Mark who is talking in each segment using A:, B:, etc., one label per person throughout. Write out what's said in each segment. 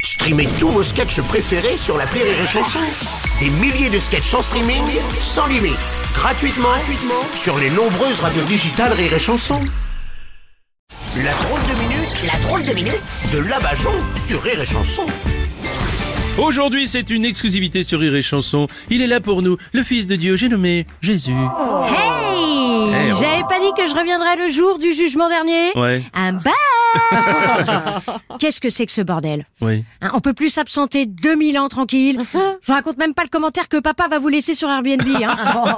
A: Streamez tous vos sketchs préférés sur la Rire et Chanson. Des milliers de sketchs en streaming, sans limite, gratuitement, gratuitement sur les nombreuses radios digitales Rire et Chanson. La drôle de minute, la drôle de minute de Labajon sur Rire et Chanson.
B: Aujourd'hui, c'est une exclusivité sur Rire et Chanson. Il est là pour nous, le Fils de Dieu, j'ai nommé Jésus.
C: Hey,
B: Hey,
C: J'avais pas dit que je reviendrais le jour du jugement dernier
B: Ouais.
C: Un bail Qu'est-ce que c'est que ce bordel
B: Oui.
C: Hein, On peut plus s'absenter 2000 ans tranquille. Je vous raconte même pas le commentaire que papa va vous laisser sur Airbnb. hein.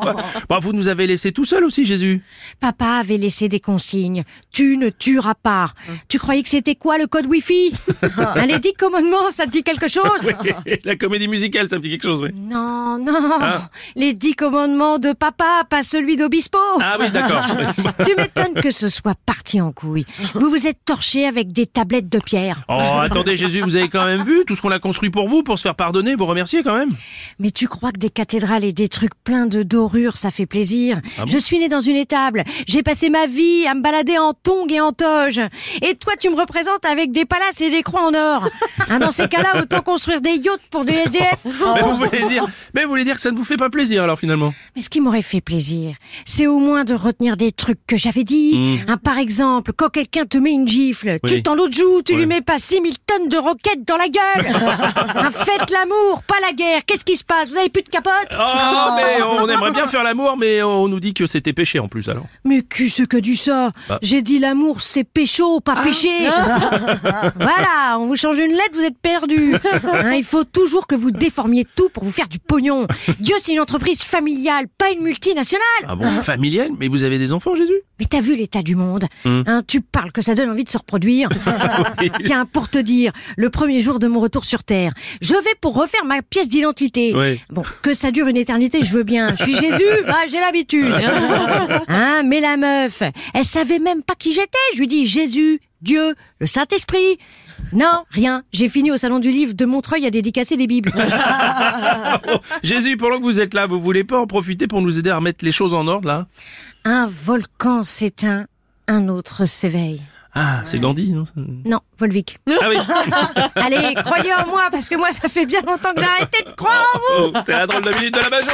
B: Bah, vous nous avez laissé tout seul aussi, Jésus.
C: papa avait laissé des consignes. Tu ne tueras pas.
B: Hein?
C: Tu croyais que c'était quoi le code Wi-Fi Hein, Les 10 commandements, ça te dit quelque chose
B: La comédie musicale, ça me dit quelque chose, oui.
C: Non, non. Les 10 commandements de papa, pas celui d'Obispo.
B: Ah oui, d'accord.
C: Tu m'étonnes que ce soit parti en couille. Vous vous êtes torché avec des tablettes de pierre.
B: Oh, attendez, Jésus, vous avez quand même vu tout ce qu'on a construit pour vous, pour se faire pardonner, vous remercier quand même.
C: Mais tu crois que des cathédrales et des trucs pleins de dorures, ça fait plaisir
B: bon
C: Je suis né dans une étable. J'ai passé ma vie à me balader en tongs et en toge. Et toi, tu me représentes avec des palaces et des croix en or. Hein, dans ces cas-là, autant construire des yachts pour des SDF.
B: Mais vous voulez dire, mais vous voulez dire que ça ne vous fait pas plaisir, alors finalement.
C: Mais ce qui m'aurait fait plaisir, c'est au moins de retenir des trucs que j'avais dit. Hein, par exemple, quand quelqu'un te met une gifle,
B: Mm. Oui.
C: tu t'en l'autre joue, tu
B: Ouais.
C: lui mets pas 6000 tonnes de roquettes dans la gueule. Hein, faites l'amour, pas la guerre. Qu'est-ce qui se passe Vous avez plus de capote
B: Oh, mais on aimerait bien faire l'amour, mais on nous dit que c'était péché en plus, alors.
C: Mais qu'est-ce que du ça
B: Ah.
C: J'ai dit l'amour, c'est pécho, pas péché. voilà, on vous change une lettre, vous êtes perdu. Hein, il faut toujours que vous déformiez tout pour vous faire du pognon. Dieu, c'est une entreprise familiale, pas une multinationale.
B: Ah bon, familial, mais vous avez des enfants, Jésus?
C: Mais t'as vu l'état du monde hein, Tu parles que ça donne envie de se reproduire. Tiens, pour te dire, le premier jour de mon retour sur Terre, je vais pour refaire ma pièce d'identité.
B: Oui.
C: Bon, que ça dure une éternité, je veux bien. Je suis Jésus, bah, j'ai l'habitude. hein, mais la meuf, elle savait même pas qui j'étais. Je lui dis Jésus, Dieu, le Saint-Esprit. Non, rien. J'ai fini au salon du livre de Montreuil à dédicacer des bibles.
B: Oh, Jésus, pendant que vous êtes là, vous voulez pas en profiter pour nous aider à remettre les choses en ordre, là?
C: Un volcan s'éteint, un autre s'éveille.
B: Ah, c'est Gandhi, non? ça
C: Non, Volvic.
B: Ah oui.
C: Allez, croyez en moi, parce que moi, ça fait bien longtemps que j'ai arrêté de croire en vous.
B: Oh, C'était la drôle de minute de la Bajon.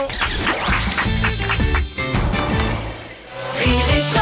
D: Rire et chanson.